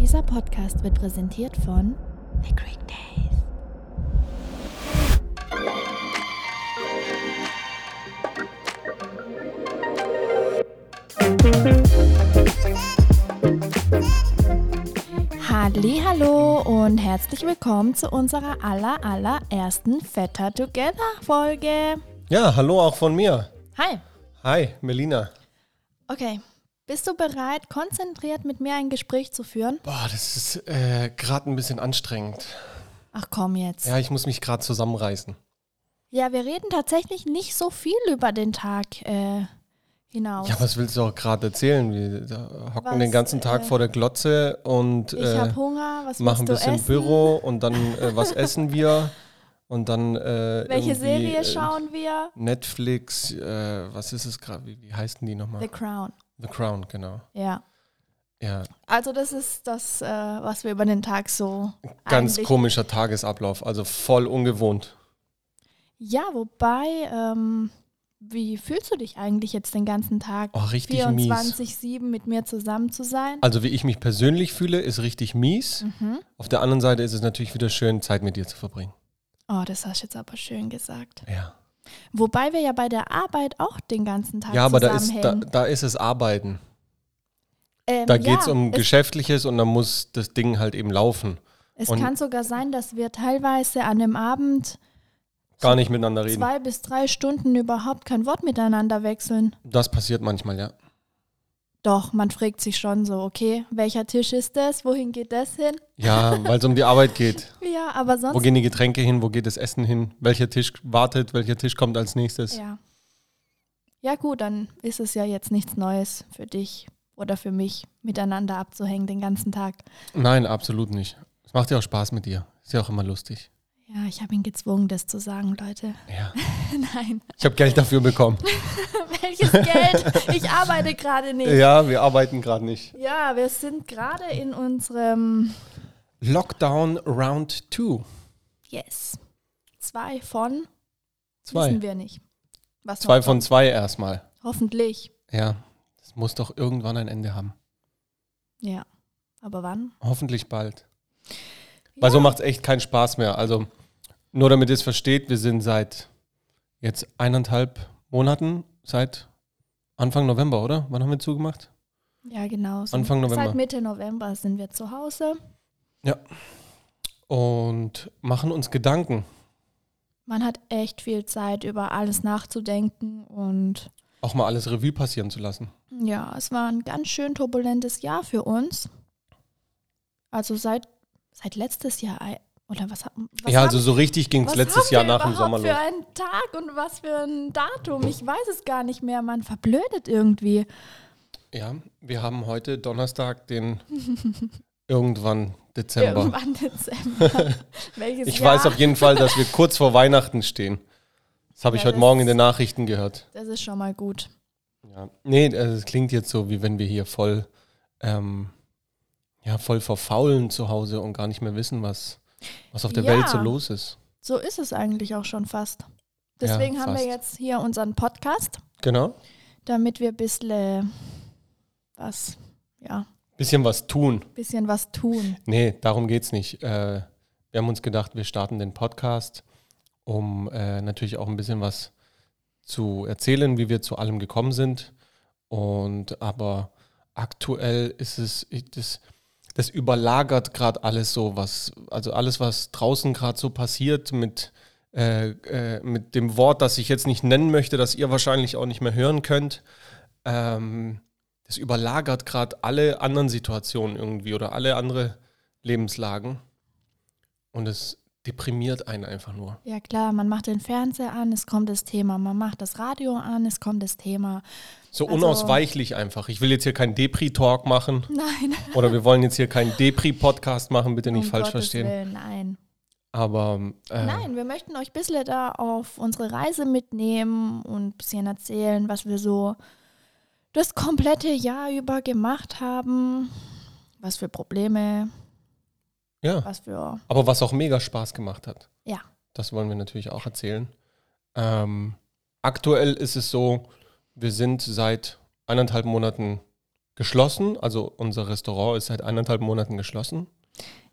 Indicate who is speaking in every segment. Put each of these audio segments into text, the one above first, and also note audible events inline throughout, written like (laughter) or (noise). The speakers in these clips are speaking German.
Speaker 1: Dieser Podcast wird präsentiert von The Greek Days. Hallo und herzlich willkommen zu unserer aller allerersten Vetter Together Folge.
Speaker 2: Ja, hallo auch von mir.
Speaker 1: Hi.
Speaker 2: Hi, Melina.
Speaker 1: Okay. Bist du bereit, konzentriert mit mir ein Gespräch zu führen?
Speaker 2: Boah, das ist äh, gerade ein bisschen anstrengend.
Speaker 1: Ach komm jetzt.
Speaker 2: Ja, ich muss mich gerade zusammenreißen.
Speaker 1: Ja, wir reden tatsächlich nicht so viel über den Tag äh, hinaus.
Speaker 2: Ja, was willst du auch gerade erzählen? Wir da hocken
Speaker 1: Was,
Speaker 2: den ganzen Tag
Speaker 1: äh,
Speaker 2: vor der Glotze und
Speaker 1: ich
Speaker 2: äh,
Speaker 1: habe Hunger, was
Speaker 2: machen ein
Speaker 1: willst
Speaker 2: bisschen
Speaker 1: du essen?
Speaker 2: Büro und dann äh, was essen wir und dann äh,
Speaker 1: Welche
Speaker 2: irgendwie,
Speaker 1: Serie
Speaker 2: äh,
Speaker 1: schauen wir?
Speaker 2: Netflix, äh, was ist es gerade? Wie, wie heißen die nochmal?
Speaker 1: The Crown.
Speaker 2: The Crown, genau.
Speaker 1: Ja.
Speaker 2: Ja,
Speaker 1: Also das ist das, äh, was wir über den Tag so
Speaker 2: ganz
Speaker 1: eigentlich-
Speaker 2: komischer Tagesablauf, also voll ungewohnt.
Speaker 1: Ja, wobei, ähm, wie fühlst du dich eigentlich jetzt den ganzen Tag?
Speaker 2: Oh, richtig mies.
Speaker 1: 24-7 mit mir zusammen zu sein?
Speaker 2: Also wie ich mich persönlich fühle, ist richtig mies.
Speaker 1: Mhm.
Speaker 2: Auf der anderen Seite ist es natürlich wieder schön, Zeit mit dir zu verbringen.
Speaker 1: Oh, das hast du jetzt aber schön gesagt.
Speaker 2: Ja,
Speaker 1: Wobei wir ja bei der Arbeit auch den ganzen Tag
Speaker 2: ja aber da ist, da,
Speaker 1: zusammenhängen.
Speaker 2: da ist es Arbeiten.
Speaker 1: ähm,
Speaker 2: Da geht es
Speaker 1: ja,
Speaker 2: um
Speaker 1: es
Speaker 2: Geschäftliches und dann muss das Ding halt eben laufen.
Speaker 1: Es
Speaker 2: Und-
Speaker 1: kann sogar sein, dass wir teilweise an einem Abend
Speaker 2: Gar nicht miteinander reden.
Speaker 1: zwei bis drei Stunden überhaupt kein Wort miteinander wechseln.
Speaker 2: Das passiert manchmal, ja.
Speaker 1: Doch, man fragt sich schon so, okay, welcher Tisch ist das? Wohin geht das hin?
Speaker 2: Ja, weil es um die
Speaker 1: (laughs)
Speaker 2: Arbeit geht.
Speaker 1: Ja, aber sonst.
Speaker 2: Wo gehen die Getränke hin? Wo geht das Essen hin? Welcher Tisch wartet? Welcher Tisch kommt als nächstes?
Speaker 1: ja. ja, gut, dann ist es ja jetzt nichts Neues für dich oder für mich, miteinander abzuhängen den ganzen Tag.
Speaker 2: Nein, absolut nicht. Es macht ja auch Spaß mit dir. Ist ja auch immer lustig.
Speaker 1: Ja, ich habe ihn gezwungen, das zu sagen, Leute. (laughs)
Speaker 2: Ja.
Speaker 1: Nein.
Speaker 2: Ich habe Geld dafür (laughs) bekommen.
Speaker 1: Welches
Speaker 2: (laughs)
Speaker 1: Geld? Ich arbeite gerade nicht.
Speaker 2: Ja, wir arbeiten gerade nicht.
Speaker 1: ja, wir sind gerade in unserem
Speaker 2: Lockdown Round 2.
Speaker 1: Yes. Zwei von wissen
Speaker 2: Zwei.
Speaker 1: wir nicht. Was
Speaker 2: Zwei
Speaker 1: noch
Speaker 2: von
Speaker 1: kommt.
Speaker 2: zwei erstmal.
Speaker 1: Hoffentlich.
Speaker 2: Ja, es muss doch irgendwann ein Ende haben.
Speaker 1: Ja. Aber wann?
Speaker 2: Hoffentlich bald. Weil so macht es echt keinen Spaß mehr. Also, nur damit ihr es versteht, wir sind seit jetzt eineinhalb Monaten, seit Anfang November, oder? Wann haben wir zugemacht?
Speaker 1: Ja, genau. So.
Speaker 2: Anfang
Speaker 1: Seit
Speaker 2: November.
Speaker 1: Mitte November sind wir zu Hause.
Speaker 2: Und machen uns Gedanken.
Speaker 1: Man hat echt viel Zeit, über alles nachzudenken. Und
Speaker 2: Auch mal alles Revue passieren zu lassen.
Speaker 1: ja, es war ein ganz schön turbulentes Jahr für uns. Also seit, seit letztes Jahr. ei- Oder was, ha- was
Speaker 2: ja,
Speaker 1: haben
Speaker 2: also so richtig ging es
Speaker 1: Was
Speaker 2: letztes
Speaker 1: haben
Speaker 2: Jahr
Speaker 1: wir
Speaker 2: nach dem
Speaker 1: überhaupt
Speaker 2: Sommer los.
Speaker 1: für einen Tag und was für ein Datum? Ich weiß es gar nicht mehr. Man verblödet irgendwie.
Speaker 2: Ja, wir haben heute Donnerstag,
Speaker 1: (laughs)
Speaker 2: den irgendwann Dezember.
Speaker 1: Irgendwann (laughs)
Speaker 2: (laughs)
Speaker 1: Dezember. Welches
Speaker 2: Ich
Speaker 1: Jahr?
Speaker 2: weiß auf jeden Fall, dass wir kurz vor Weihnachten stehen. Das habe ich
Speaker 1: Ja,
Speaker 2: heute
Speaker 1: das
Speaker 2: Morgen in
Speaker 1: ist-
Speaker 2: den Nachrichten gehört.
Speaker 1: Das ist schon mal gut.
Speaker 2: Ja. Nee, also es klingt jetzt so, wie wenn wir hier voll, ähm, ja, voll verfaulen zu Hause und gar nicht mehr wissen, was, was auf der
Speaker 1: Ja.
Speaker 2: Welt so los ist.
Speaker 1: So ist es eigentlich auch schon fast.
Speaker 2: Ja,
Speaker 1: Deswegen haben
Speaker 2: fast.
Speaker 1: wir jetzt hier unseren Podcast,
Speaker 2: Genau.
Speaker 1: damit wir ein bisschen äh, was, ja,
Speaker 2: Bisschen was tun.
Speaker 1: bisschen was tun.
Speaker 2: Nee, darum geht's nicht. Äh, wir haben uns gedacht, wir starten den Podcast, um äh, natürlich auch ein bisschen was zu erzählen, wie wir zu allem gekommen sind. Und aber aktuell ist es, ich- das, das überlagert gerade alles so, was, also alles, was draußen gerade so passiert mit, äh, äh, mit dem Wort, das ich jetzt nicht nennen möchte, das ihr wahrscheinlich auch nicht mehr hören könnt. Ähm, das überlagert gerade alle anderen Situationen irgendwie oder alle andere Lebenslagen. Und es deprimiert einen einfach nur.
Speaker 1: Ja klar, man macht den Fernseher an, es kommt das Thema. Man macht das Radio an, es kommt das Thema. (laughs)
Speaker 2: So
Speaker 1: Also-
Speaker 2: unausweichlich einfach. Ich will jetzt hier keinen
Speaker 1: (laughs)
Speaker 2: Depri-Talk machen
Speaker 1: Nein,
Speaker 2: oder wir wollen jetzt hier keinen Depri-Podcast machen, bitte nicht
Speaker 1: um
Speaker 2: falsch
Speaker 1: Gottes
Speaker 2: verstehen.
Speaker 1: Willen, nein.
Speaker 2: Aber äh,
Speaker 1: Nein, wir möchten euch ein bisschen da auf unsere Reise mitnehmen und ein bisschen erzählen, was wir so das komplette Jahr über gemacht haben, was für Probleme,
Speaker 2: ja,
Speaker 1: was für,
Speaker 2: aber was auch mega Spaß gemacht hat.
Speaker 1: ja,
Speaker 2: Das wollen wir natürlich auch erzählen. Ähm, aktuell ist es so, wir sind seit eineinhalb Monaten geschlossen. Also unser Restaurant ist seit eineinhalb Monaten geschlossen.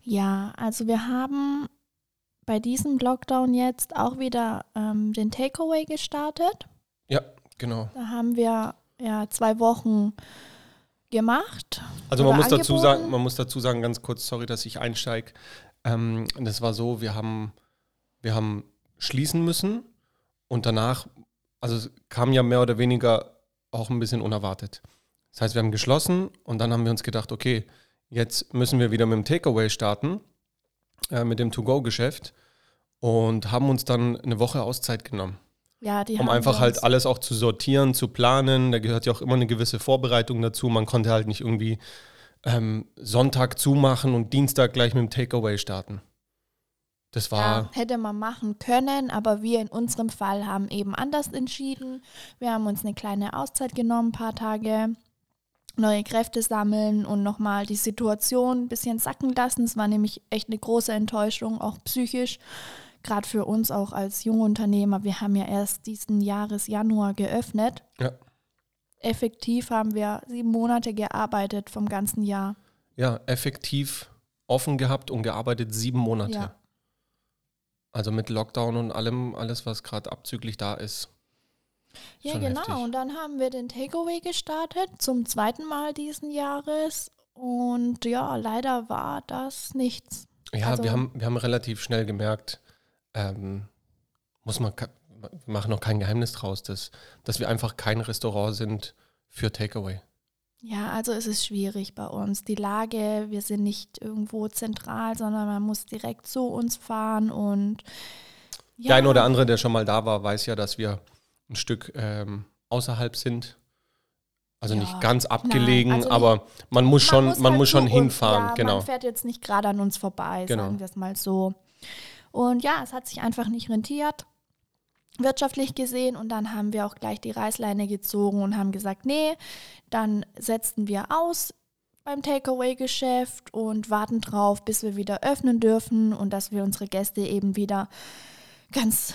Speaker 1: Ja, also wir haben bei diesem Lockdown jetzt auch wieder ähm, den Takeaway gestartet.
Speaker 2: Ja, genau.
Speaker 1: Da haben wir ja zwei Wochen gemacht.
Speaker 2: Also man
Speaker 1: Oder
Speaker 2: muss dazu
Speaker 1: angeboten?
Speaker 2: sagen, man muss dazu sagen, ganz kurz, sorry, dass ich einsteige. Ähm, das war so, wir haben, wir haben schließen müssen und danach, also es kam ja mehr oder weniger auch ein bisschen unerwartet. Das heißt, wir haben geschlossen und dann haben wir uns gedacht, okay, jetzt müssen wir wieder mit dem Takeaway starten, äh, mit dem To-Go-Geschäft und haben uns dann eine Woche Auszeit genommen
Speaker 1: Ja, die
Speaker 2: um
Speaker 1: haben
Speaker 2: einfach
Speaker 1: wir
Speaker 2: halt
Speaker 1: uns-
Speaker 2: alles auch zu sortieren, zu planen. Da gehört ja auch immer eine gewisse Vorbereitung dazu. Man konnte halt nicht irgendwie ähm, Sonntag zumachen und Dienstag gleich mit dem Takeaway starten. Das
Speaker 1: ja,
Speaker 2: war,
Speaker 1: hätte man machen können, aber wir in unserem Fall haben eben anders entschieden. Wir haben uns eine kleine Auszeit genommen, ein paar Tage, neue Kräfte sammeln und nochmal die Situation ein bisschen sacken lassen. Es war nämlich echt eine große Enttäuschung, auch psychisch. Gerade für uns auch als junge Unternehmer. Wir haben ja erst diesen Jahres Januar geöffnet.
Speaker 2: ja,
Speaker 1: Effektiv haben wir sieben Monate gearbeitet vom ganzen Jahr.
Speaker 2: ja, effektiv offen gehabt und gearbeitet sieben Monate.
Speaker 1: Ja.
Speaker 2: Also mit Lockdown und allem, alles, was gerade abzüglich da ist.
Speaker 1: Ja,
Speaker 2: Schon
Speaker 1: genau.
Speaker 2: heftig.
Speaker 1: Und dann haben wir den Takeaway gestartet zum zweiten Mal diesen Jahres. Und ja, leider war das nichts.
Speaker 2: Ja,
Speaker 1: Also-
Speaker 2: wir, haben, wir haben relativ schnell gemerkt, ähm, muss man, ka- wir machen noch kein Geheimnis draus, dass, dass wir einfach kein Restaurant sind für Takeaway.
Speaker 1: Ja, also es ist schwierig bei uns. Die Lage, wir sind nicht irgendwo zentral, sondern man muss direkt zu uns fahren und ja,
Speaker 2: Der eine oder andere, der schon mal da war, weiß ja, dass wir ein Stück ähm, außerhalb sind. Also
Speaker 1: Ja.
Speaker 2: nicht ganz abgelegen,
Speaker 1: also nicht-
Speaker 2: aber man muss schon, man
Speaker 1: halt
Speaker 2: muss, schon
Speaker 1: zu uns-
Speaker 2: hinfahren,
Speaker 1: ja,
Speaker 2: genau.
Speaker 1: Man fährt jetzt nicht gerade an uns vorbei,
Speaker 2: Genau.
Speaker 1: sagen wir es mal so. Und ja, es hat sich einfach nicht rentiert, wirtschaftlich gesehen. Und dann haben wir auch gleich die Reißleine gezogen und haben gesagt, nee, dann setzten wir aus beim Takeaway-Geschäft und warten drauf, bis wir wieder öffnen dürfen und dass wir unsere Gäste eben wieder ganz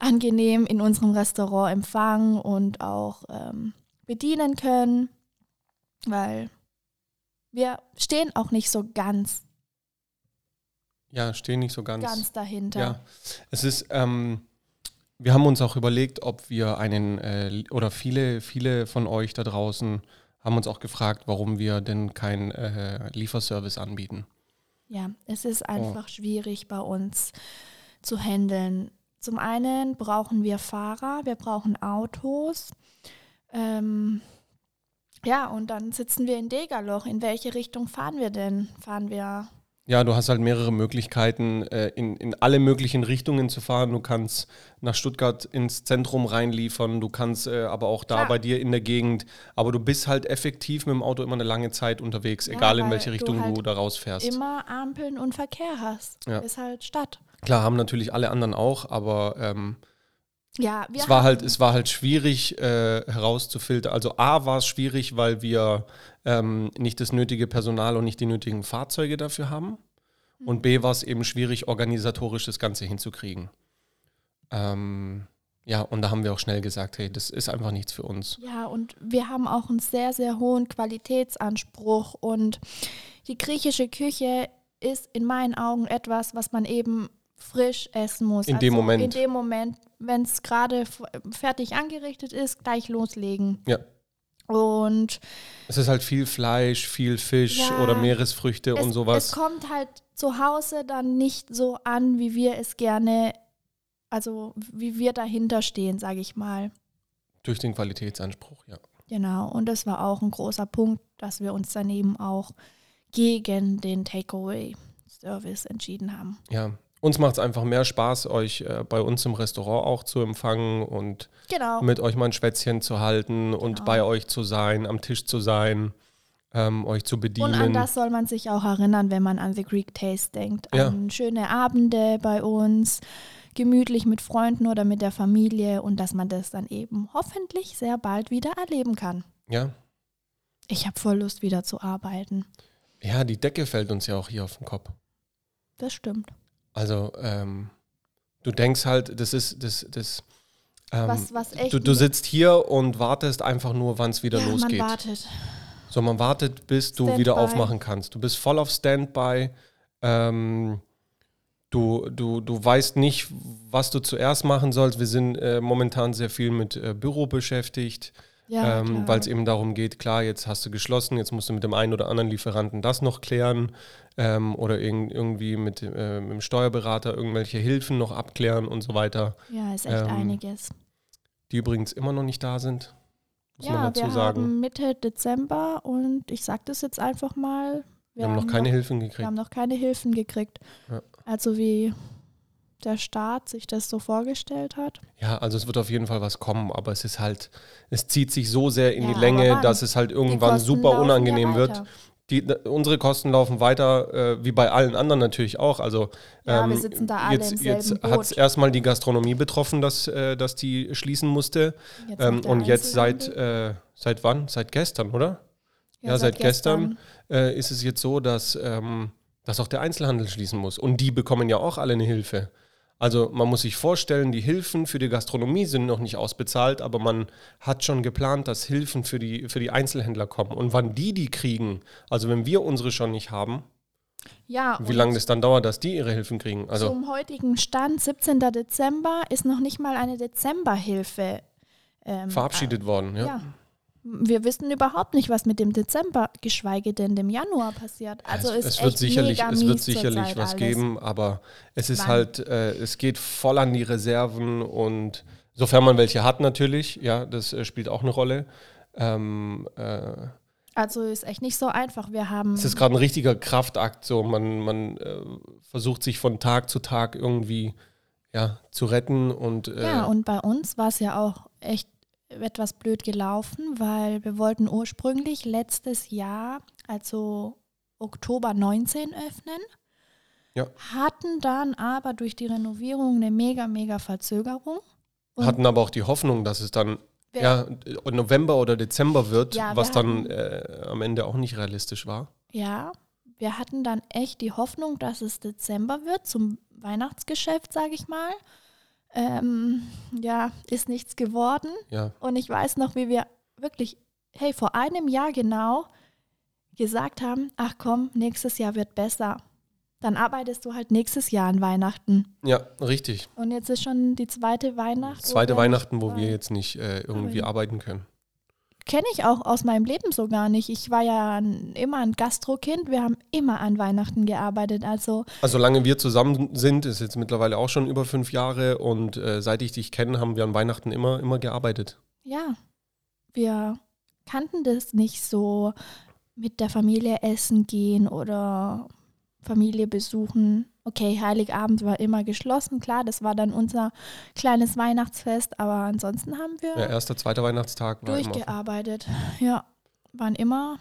Speaker 1: angenehm in unserem Restaurant empfangen und auch ähm, bedienen können, weil wir stehen auch nicht so ganz,
Speaker 2: Ja, stehen nicht so ganz.
Speaker 1: ganz dahinter.
Speaker 2: ja. Es ist, ähm, wir haben uns auch überlegt, ob wir einen, äh, oder viele, viele von euch da draußen haben uns auch gefragt, warum wir denn keinen äh, Lieferservice anbieten.
Speaker 1: Ja, es
Speaker 2: Oh.
Speaker 1: ist einfach schwierig bei uns zu handeln. Zum einen brauchen wir Fahrer, wir brauchen Autos. Ähm, ja, und dann sitzen wir in Degerloch. In welche Richtung fahren wir denn? Fahren wir
Speaker 2: Ja, du hast halt mehrere Möglichkeiten, äh, in, in alle möglichen Richtungen zu fahren. Du kannst nach Stuttgart ins Zentrum reinliefern, du kannst äh, aber auch da
Speaker 1: Klar.
Speaker 2: bei dir in der Gegend. Aber du bist halt effektiv mit dem Auto immer eine lange Zeit unterwegs,
Speaker 1: Ja,
Speaker 2: egal in
Speaker 1: weil
Speaker 2: welche
Speaker 1: du
Speaker 2: Richtung du,
Speaker 1: halt
Speaker 2: da rausfährst.
Speaker 1: immer Ampeln und Verkehr hast?
Speaker 2: Ja.
Speaker 1: Ist halt Stadt.
Speaker 2: Klar, haben natürlich alle anderen auch, aber ähm,
Speaker 1: Ja, wir
Speaker 2: es, war halt,
Speaker 1: haben-
Speaker 2: es war halt schwierig äh, herauszufiltern. Also A war es schwierig, weil wir ähm, nicht das nötige Personal und nicht die nötigen Fahrzeuge dafür haben. Und B war es eben schwierig, organisatorisch das Ganze hinzukriegen. Ähm, ja, und da haben wir auch schnell gesagt, hey, das ist einfach nichts für uns.
Speaker 1: Ja, und wir haben auch einen sehr, sehr hohen Qualitätsanspruch. Und die griechische Küche ist in meinen Augen etwas, was man eben frisch essen muss. Also
Speaker 2: In dem Moment.
Speaker 1: In dem Moment, wenn es gerade f- fertig angerichtet ist, gleich loslegen.
Speaker 2: Ja,
Speaker 1: Und
Speaker 2: es ist halt viel Fleisch, viel Fisch
Speaker 1: Ja.
Speaker 2: oder Meeresfrüchte
Speaker 1: es,
Speaker 2: und
Speaker 1: es
Speaker 2: sowas.
Speaker 1: kommt halt zu Hause dann nicht so an, wie wir es gerne, also wie wir dahinter stehen, sage ich mal.
Speaker 2: Durch den Qualitätsanspruch, ja.
Speaker 1: Genau, und das war auch ein großer Punkt, dass wir uns daneben auch gegen den Takeaway-Service entschieden haben.
Speaker 2: Ja, uns macht es einfach mehr Spaß, euch äh, bei uns im Restaurant auch zu empfangen und
Speaker 1: Genau.
Speaker 2: mit euch mal ein Schwätzchen zu halten und
Speaker 1: Genau.
Speaker 2: bei euch zu sein, am Tisch zu sein, ähm, euch zu bedienen.
Speaker 1: Und an das soll man sich auch erinnern, wenn man an The Greek Taste denkt.
Speaker 2: Ja.
Speaker 1: An schöne Abende bei uns, gemütlich mit Freunden oder mit der Familie und dass man das dann eben hoffentlich sehr bald wieder erleben kann.
Speaker 2: ja.
Speaker 1: Ich habe voll Lust, wieder zu arbeiten.
Speaker 2: ja, die Decke fällt uns ja auch hier auf den Kopf.
Speaker 1: Das stimmt.
Speaker 2: Also ähm, du denkst halt, das ist das, das ähm,
Speaker 1: was, was echt.
Speaker 2: du, du sitzt hier und wartest einfach nur, wann es wieder
Speaker 1: ja, man
Speaker 2: losgeht.
Speaker 1: wartet.
Speaker 2: sondern man wartet, bis du
Speaker 1: Standby.
Speaker 2: wieder aufmachen kannst. Du bist voll auf Standby. Ähm, du, du, du weißt nicht, was du zuerst machen sollst. Wir sind äh, momentan sehr viel mit äh, Büro beschäftigt,
Speaker 1: Ja,
Speaker 2: ähm,
Speaker 1: klar.
Speaker 2: weil es eben darum geht, klar, jetzt hast du geschlossen, jetzt musst du mit dem einen oder anderen Lieferanten das noch klären ähm, oder irgend- irgendwie mit, äh, mit dem Steuerberater irgendwelche Hilfen noch abklären und so weiter,
Speaker 1: ja, ist echt
Speaker 2: ähm,
Speaker 1: einiges.
Speaker 2: die übrigens immer noch nicht da sind. Muss man
Speaker 1: Ja,
Speaker 2: dazu
Speaker 1: wir
Speaker 2: sagen.
Speaker 1: haben Mitte Dezember und ich sage das jetzt einfach mal.
Speaker 2: wir haben noch keine Hilfen
Speaker 1: Wir
Speaker 2: gekriegt.
Speaker 1: haben noch keine Hilfen gekriegt.
Speaker 2: Ja.
Speaker 1: Also wie der Staat sich das so vorgestellt hat.
Speaker 2: Ja, also es wird auf jeden Fall was kommen, aber es ist halt, es zieht sich so sehr in
Speaker 1: Ja,
Speaker 2: die
Speaker 1: aber
Speaker 2: Länge,
Speaker 1: wann?
Speaker 2: dass es halt
Speaker 1: Die
Speaker 2: irgendwann
Speaker 1: Kosten
Speaker 2: super
Speaker 1: laufen
Speaker 2: unangenehm
Speaker 1: ja
Speaker 2: wird.
Speaker 1: weiter.
Speaker 2: Die, d- unsere Kosten laufen weiter, äh, wie bei allen anderen natürlich auch. Also
Speaker 1: Ja, wir sitzen da alle
Speaker 2: jetzt,
Speaker 1: im
Speaker 2: jetzt
Speaker 1: selben Boot.
Speaker 2: hat es erstmal die Gastronomie betroffen, dass, äh, dass die schließen musste.
Speaker 1: Jetzt
Speaker 2: Ähm,
Speaker 1: noch der
Speaker 2: und jetzt seit,
Speaker 1: Einzelhandel.
Speaker 2: äh, seit wann? Seit gestern, oder? Ja, seit, gestern, Äh, ist es jetzt so, dass, ähm, dass auch der Einzelhandel schließen muss. Und die bekommen ja auch alle eine Hilfe. Also man muss sich vorstellen, die Hilfen für die Gastronomie sind noch nicht ausbezahlt, aber man hat schon geplant, dass Hilfen für die, für die Einzelhändler kommen. Und wann die die kriegen, also wenn wir unsere schon nicht haben,
Speaker 1: Ja,
Speaker 2: wie
Speaker 1: und
Speaker 2: lange das dann dauert, dass die ihre Hilfen kriegen. Also
Speaker 1: Zum heutigen Stand, 17. Dezember, ist noch nicht mal eine Dezemberhilfe ähm,
Speaker 2: verabschiedet worden.
Speaker 1: äh,
Speaker 2: Ja.
Speaker 1: Ja. Wir wissen überhaupt nicht, was mit dem Dezember, geschweige denn dem Januar passiert. Also
Speaker 2: es,
Speaker 1: ist
Speaker 2: es wird
Speaker 1: echt
Speaker 2: sicherlich,
Speaker 1: mega
Speaker 2: es wird
Speaker 1: mies
Speaker 2: sicherlich
Speaker 1: zurzeit
Speaker 2: was
Speaker 1: alles.
Speaker 2: geben, aber es ist
Speaker 1: Wann?
Speaker 2: halt, äh, es geht voll an die Reserven und sofern man welche hat natürlich, ja, das äh, spielt auch eine Rolle. Ähm, äh,
Speaker 1: Also ist echt nicht so einfach. Wir haben
Speaker 2: es ist gerade ein richtiger Kraftakt, so man, man äh, versucht sich von Tag zu Tag irgendwie ja, zu retten und, äh,
Speaker 1: Ja, und bei uns war es ja auch echt etwas blöd gelaufen, weil wir wollten ursprünglich letztes Jahr, also Oktober 19 öffnen,
Speaker 2: Ja.
Speaker 1: hatten dann aber durch die Renovierung eine mega, mega Verzögerung. und-
Speaker 2: hatten aber auch die Hoffnung, dass es dann
Speaker 1: Wir-
Speaker 2: ja, November oder Dezember wird,
Speaker 1: Ja, wir
Speaker 2: was dann
Speaker 1: hatten-
Speaker 2: äh, am Ende auch nicht realistisch war.
Speaker 1: Ja, wir hatten dann echt die Hoffnung, dass es Dezember wird zum Weihnachtsgeschäft, sage ich mal. Ähm, ja, ist nichts geworden.
Speaker 2: Ja,
Speaker 1: Und ich weiß noch, wie wir wirklich, hey, vor einem Jahr genau gesagt haben, ach komm, nächstes Jahr wird besser. Dann arbeitest du halt nächstes Jahr an Weihnachten.
Speaker 2: ja richtig.
Speaker 1: Und jetzt ist schon die zweite Weihnacht. wo
Speaker 2: Zweite
Speaker 1: wir-
Speaker 2: Weihnachten, wo
Speaker 1: waren.
Speaker 2: wir jetzt nicht äh, irgendwie arbeiten können.
Speaker 1: Kenne ich auch aus meinem Leben so gar nicht. Ich war ja ein, immer ein Gastrokind. Wir haben immer an Weihnachten gearbeitet. Also
Speaker 2: Also solange wir zusammen sind, ist jetzt mittlerweile auch schon über fünf Jahre und äh, seit ich dich kenne, haben wir an Weihnachten immer, immer gearbeitet.
Speaker 1: ja, wir kannten das nicht so mit der Familie essen gehen oder Familie besuchen. Okay, Heiligabend war immer geschlossen, klar, das war dann unser kleines Weihnachtsfest, aber ansonsten haben wir
Speaker 2: Ja. erster, zweiter Weihnachtstag war immer. offen.
Speaker 1: durchgearbeitet. Ja, waren immer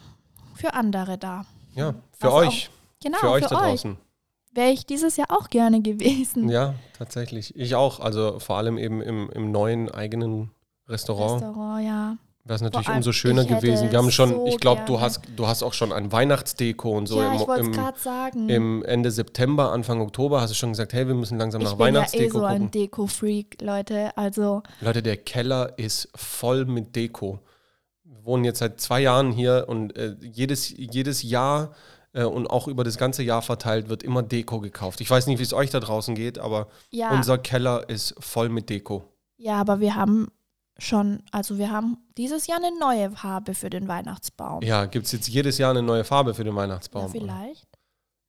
Speaker 1: für andere da.
Speaker 2: Ja, für
Speaker 1: Was
Speaker 2: euch,
Speaker 1: Genau,
Speaker 2: für euch da draußen.
Speaker 1: Wäre ich dieses Jahr auch gerne gewesen.
Speaker 2: Ja, tatsächlich. Ich auch. Also vor allem eben im, im neuen eigenen Restaurant.
Speaker 1: Restaurant, ja.
Speaker 2: Wäre es natürlich
Speaker 1: allem,
Speaker 2: umso schöner
Speaker 1: ich hätte
Speaker 2: gewesen. Wir haben schon,
Speaker 1: so
Speaker 2: ich glaube, du
Speaker 1: gerne-
Speaker 2: hast, du hast auch schon ein Weihnachtsdeko und so
Speaker 1: ja, ich wollte
Speaker 2: im,
Speaker 1: es
Speaker 2: im,
Speaker 1: gerade sagen.
Speaker 2: im Ende September, Anfang Oktober hast du schon gesagt, hey, wir müssen langsam
Speaker 1: ich
Speaker 2: nach
Speaker 1: bin ja eh
Speaker 2: Weihnachtsdeko
Speaker 1: so
Speaker 2: gucken.
Speaker 1: ein Deko-Freak, Leute. Also
Speaker 2: Leute, der Keller ist voll mit Deko. Wir wohnen jetzt seit zwei Jahren hier und äh, jedes, jedes Jahr äh, und auch über das ganze Jahr verteilt wird immer Deko gekauft. Ich weiß nicht, wie es euch da draußen geht, aber
Speaker 1: ja.
Speaker 2: unser Keller ist voll mit Deko.
Speaker 1: Ja, aber wir haben schon, also wir haben dieses Jahr eine neue Farbe für den Weihnachtsbaum.
Speaker 2: Ja, gibt es jetzt jedes Jahr eine neue Farbe für den
Speaker 1: Ja,
Speaker 2: Weihnachtsbaum? oder?
Speaker 1: vielleicht.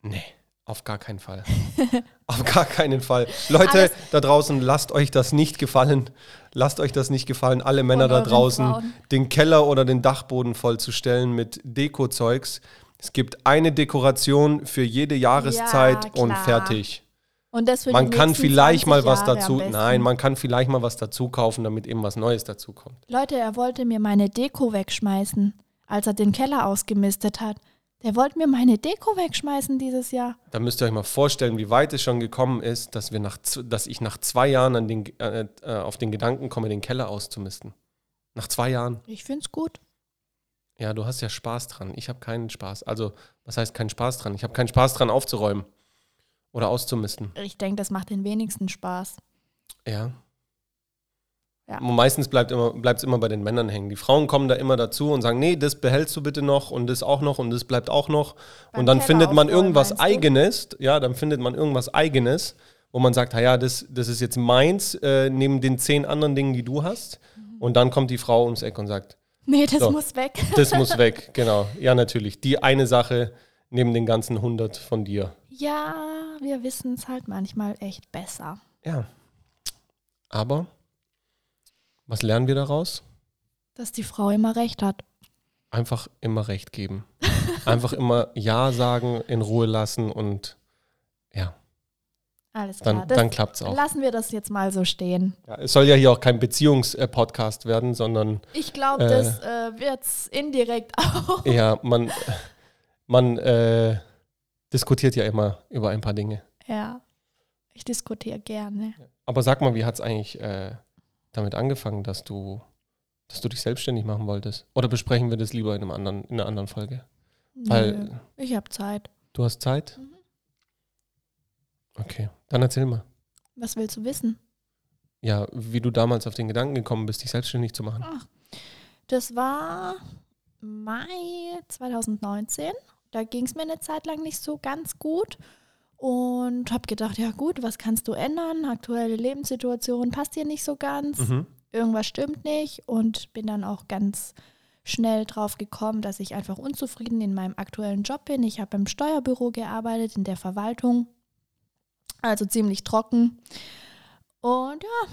Speaker 2: Nee, auf gar keinen Fall. (laughs) auf gar keinen Fall. Leute
Speaker 1: Alles-
Speaker 2: da draußen, lasst euch das nicht gefallen. Lasst euch das nicht gefallen, alle Männer da
Speaker 1: euren
Speaker 2: draußen,
Speaker 1: Frauen.
Speaker 2: den Keller oder den Dachboden vollzustellen mit Dekozeugs. Es gibt eine Dekoration für jede Jahreszeit
Speaker 1: Ja,
Speaker 2: und
Speaker 1: klar.
Speaker 2: fertig.
Speaker 1: Und das für
Speaker 2: Man
Speaker 1: die
Speaker 2: kann
Speaker 1: nächsten
Speaker 2: vielleicht mal
Speaker 1: 20
Speaker 2: was
Speaker 1: Jahre am
Speaker 2: dazu.
Speaker 1: besten.
Speaker 2: Nein, man kann vielleicht mal was dazu kaufen, damit eben was Neues dazu kommt.
Speaker 1: Leute, er wollte mir meine Deko wegschmeißen, als er den Keller ausgemistet hat. Der wollte mir meine Deko wegschmeißen dieses Jahr.
Speaker 2: Da müsst ihr euch mal vorstellen, wie weit es schon gekommen ist, dass wir nach, z- dass ich nach zwei Jahren an den, äh, äh, auf den Gedanken komme, den Keller auszumisten. Nach zwei Jahren.
Speaker 1: Ich find's gut.
Speaker 2: Ja, du hast ja Spaß dran. Ich habe keinen Spaß. Also, was heißt keinen Spaß dran? Ich habe keinen Spaß dran, aufzuräumen oder auszumisten.
Speaker 1: Ich denke, das macht den wenigsten Spaß.
Speaker 2: Ja.
Speaker 1: Ja.
Speaker 2: Meistens bleibt immer, bleibt's immer bei den Männern hängen. Die Frauen kommen da immer dazu und sagen, nee, das behältst du bitte noch und das auch noch und das bleibt auch noch.
Speaker 1: Beim
Speaker 2: und dann
Speaker 1: Teller
Speaker 2: findet man
Speaker 1: aufräumen,
Speaker 2: irgendwas
Speaker 1: meinst du?
Speaker 2: Eigenes. Ja, dann findet man irgendwas Eigenes, wo man sagt, ja, das, das ist jetzt meins, äh, neben den zehn anderen Dingen, die du hast.
Speaker 1: Mhm.
Speaker 2: Und dann kommt die Frau ums Eck und sagt,
Speaker 1: (laughs) Nee, das
Speaker 2: So.
Speaker 1: muss weg. (laughs)
Speaker 2: das muss weg. Genau. Ja, natürlich. Die eine Sache neben den ganzen hundert von dir.
Speaker 1: Ja, wir wissen es halt manchmal echt besser.
Speaker 2: Ja. Aber was lernen wir daraus?
Speaker 1: Dass die Frau immer recht hat.
Speaker 2: Einfach immer recht geben. Einfach immer Ja sagen, in Ruhe lassen und ja,
Speaker 1: Alles klar.
Speaker 2: dann,
Speaker 1: das
Speaker 2: dann klappt es auch.
Speaker 1: lassen wir das jetzt mal so stehen.
Speaker 2: Ja, es soll ja hier auch kein Beziehungs-Podcast werden, sondern
Speaker 1: Ich glaube,
Speaker 2: Äh.
Speaker 1: das äh, wird es indirekt (laughs) auch.
Speaker 2: ja, man, man äh, diskutiert ja immer über ein paar Dinge.
Speaker 1: Ja. Ich diskutiere gerne.
Speaker 2: Aber sag mal, wie hat es eigentlich äh, damit angefangen, dass du, dass du dich selbstständig machen wolltest? Oder besprechen wir das lieber in, einem anderen, in einer anderen Folge?
Speaker 1: Nö, Mhm.
Speaker 2: Weil
Speaker 1: ich habe Zeit.
Speaker 2: du hast Zeit? Okay, dann erzähl mal.
Speaker 1: Was willst du wissen?
Speaker 2: Ja, wie du damals auf den Gedanken gekommen bist, dich selbstständig zu machen.
Speaker 1: Das war Mai 2019. Da ging es mir eine Zeit lang nicht so ganz gut und habe gedacht, ja gut, was kannst du ändern? Aktuelle Lebenssituation passt dir nicht so ganz.
Speaker 2: Mhm.
Speaker 1: irgendwas stimmt nicht und bin dann auch ganz schnell drauf gekommen, dass ich einfach unzufrieden in meinem aktuellen Job bin. Ich habe im Steuerbüro gearbeitet, in der Verwaltung, also ziemlich trocken. Und ja,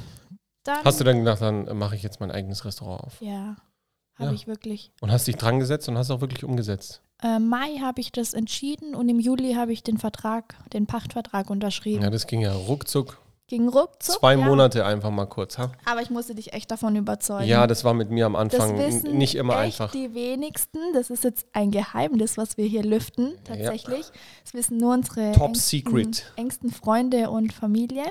Speaker 1: dann.
Speaker 2: Hast du dann gedacht, dann mache ich jetzt mein eigenes Restaurant auf?
Speaker 1: Ja, habe
Speaker 2: Ja.
Speaker 1: ich wirklich.
Speaker 2: Und hast dich dran gesetzt und hast auch wirklich umgesetzt.
Speaker 1: Äh, Mai habe ich das entschieden und im Juli habe ich den Vertrag, den Pachtvertrag unterschrieben.
Speaker 2: Ja, das ging ja ruckzuck.
Speaker 1: Ging ruckzuck.
Speaker 2: Zwei
Speaker 1: ja,
Speaker 2: Monate einfach mal kurz, ha?
Speaker 1: Aber ich musste dich echt davon überzeugen.
Speaker 2: Ja, das war mit mir am
Speaker 1: Das
Speaker 2: Anfang n-
Speaker 1: wissen
Speaker 2: nicht immer
Speaker 1: echt
Speaker 2: einfach.
Speaker 1: die wenigsten. Das ist jetzt ein Geheimnis, was wir hier lüften, tatsächlich. Das wissen nur unsere
Speaker 2: Top
Speaker 1: engsten,
Speaker 2: secret.
Speaker 1: engsten Freunde und Familie.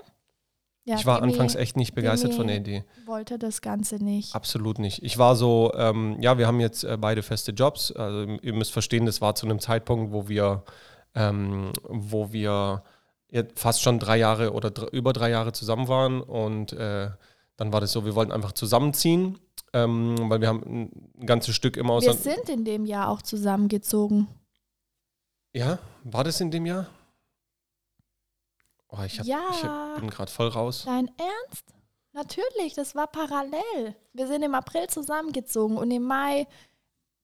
Speaker 1: Ja,
Speaker 2: Ich war
Speaker 1: Timmy
Speaker 2: anfangs e- echt nicht begeistert
Speaker 1: Timmy-
Speaker 2: von der Idee.
Speaker 1: wollte das Ganze nicht.
Speaker 2: Absolut nicht. Ich war so, ähm, ja, wir haben jetzt äh, beide feste Jobs. Also m- ihr müsst verstehen, das war zu einem Zeitpunkt, wo wir, ähm, wo wir jetzt fast schon drei Jahre oder dr über drei Jahre zusammen waren und äh, dann war das so, wir wollten einfach zusammenziehen, ähm, weil wir haben ein- ein ganzes Stück immer
Speaker 1: wir
Speaker 2: auseinander.
Speaker 1: sind in dem Jahr auch zusammengezogen.
Speaker 2: Ja, war das in dem Jahr? Oh, ich, hab,
Speaker 1: Ja.
Speaker 2: ich hab, bin gerade voll raus.
Speaker 1: Dein Ernst? Natürlich, das war parallel. Wir sind im April zusammengezogen und im Mai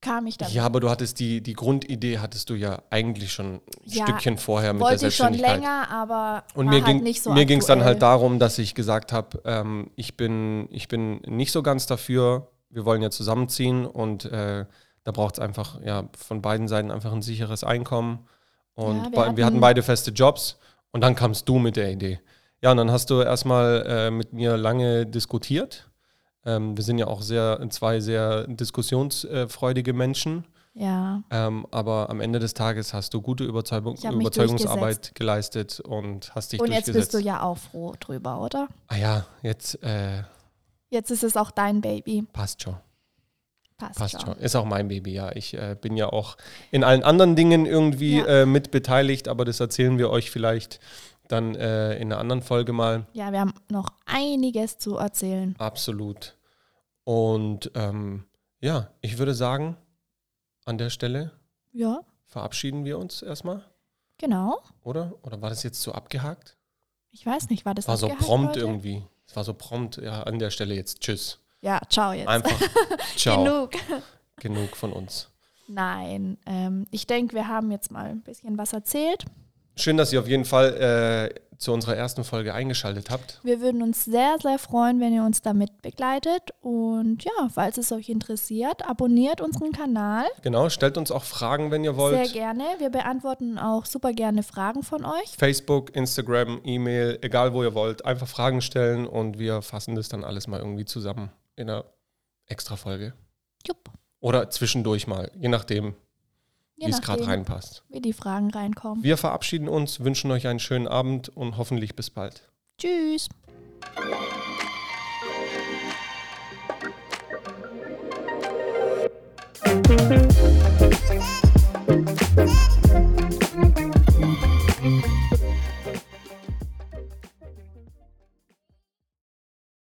Speaker 1: kam ich dann.
Speaker 2: Ja, aber du hattest die, die Grundidee hattest du ja eigentlich schon ein
Speaker 1: Ja,
Speaker 2: Stückchen vorher mit der
Speaker 1: wollte ich schon
Speaker 2: Selbstständigkeit.
Speaker 1: länger, aber
Speaker 2: Und
Speaker 1: war
Speaker 2: mir
Speaker 1: halt
Speaker 2: ging
Speaker 1: nicht so
Speaker 2: mir ging es dann
Speaker 1: aktuell.
Speaker 2: halt darum, dass ich gesagt habe, ähm, ich bin ich bin nicht so ganz dafür. Wir wollen ja zusammenziehen und äh, da braucht es einfach ja von beiden Seiten einfach ein sicheres Einkommen und
Speaker 1: Ja, wir
Speaker 2: bei- wir,
Speaker 1: hatten-
Speaker 2: hatten beide feste Jobs und dann kamst du mit der Idee. Ja, und dann hast du erstmal äh, mit mir lange diskutiert. Ähm, wir sind ja auch sehr zwei sehr diskussionsfreudige Menschen.
Speaker 1: Ja,
Speaker 2: Ähm, aber am Ende des Tages hast du gute Überzeugung,
Speaker 1: Ich hab mich
Speaker 2: Überzeugungsarbeit geleistet und hast dich
Speaker 1: und jetzt
Speaker 2: durchgesetzt.
Speaker 1: bist du ja auch froh drüber, oder?
Speaker 2: Ah ja, jetzt äh,
Speaker 1: Jetzt ist es auch dein Baby.
Speaker 2: passt schon.
Speaker 1: Passt,
Speaker 2: Passt
Speaker 1: schon.
Speaker 2: schon. Ist auch mein Baby, ja. Ich äh, bin ja auch in allen anderen Dingen irgendwie
Speaker 1: Ja.
Speaker 2: äh, mit beteiligt, aber das erzählen wir euch vielleicht dann äh, in einer anderen Folge mal.
Speaker 1: Ja, wir haben noch einiges zu erzählen.
Speaker 2: Absolut. Und ähm, ja, ich würde sagen, an der Stelle
Speaker 1: Ja,
Speaker 2: verabschieden wir uns erstmal,
Speaker 1: genau.
Speaker 2: oder? Oder war das jetzt so abgehakt?
Speaker 1: Ich weiß nicht, war das
Speaker 2: War so
Speaker 1: abgehakt
Speaker 2: prompt
Speaker 1: heute?
Speaker 2: irgendwie. Es war so prompt, ja, an der Stelle jetzt. Tschüss.
Speaker 1: Ja, ciao jetzt.
Speaker 2: Einfach ciao.
Speaker 1: (laughs)
Speaker 2: Genug.
Speaker 1: Genug. (laughs)
Speaker 2: Genug von uns.
Speaker 1: Nein, ähm, ich denke, wir haben jetzt mal ein bisschen was erzählt.
Speaker 2: Schön, dass ihr auf jeden Fall äh, zu unserer ersten Folge eingeschaltet habt.
Speaker 1: Wir würden uns sehr, sehr freuen, wenn ihr uns damit begleitet. Und ja, falls es euch interessiert, abonniert unseren Kanal
Speaker 2: Genau, stellt uns auch Fragen, wenn ihr
Speaker 1: sehr
Speaker 2: wollt.
Speaker 1: gerne. Wir beantworten auch super gerne Fragen von euch.
Speaker 2: Facebook, Instagram, E-Mail, egal wo ihr wollt, einfach Fragen stellen und wir fassen das dann alles mal irgendwie zusammen in einer extra Folge.
Speaker 1: Jupp,
Speaker 2: Oder zwischendurch mal, je nachdem,
Speaker 1: je
Speaker 2: wie es gerade
Speaker 1: nachdem,
Speaker 2: reinpasst.
Speaker 1: wie die Fragen reinkommen.
Speaker 2: Wir verabschieden uns, wünschen euch einen schönen Abend und hoffentlich bis bald.
Speaker 1: Tschüss.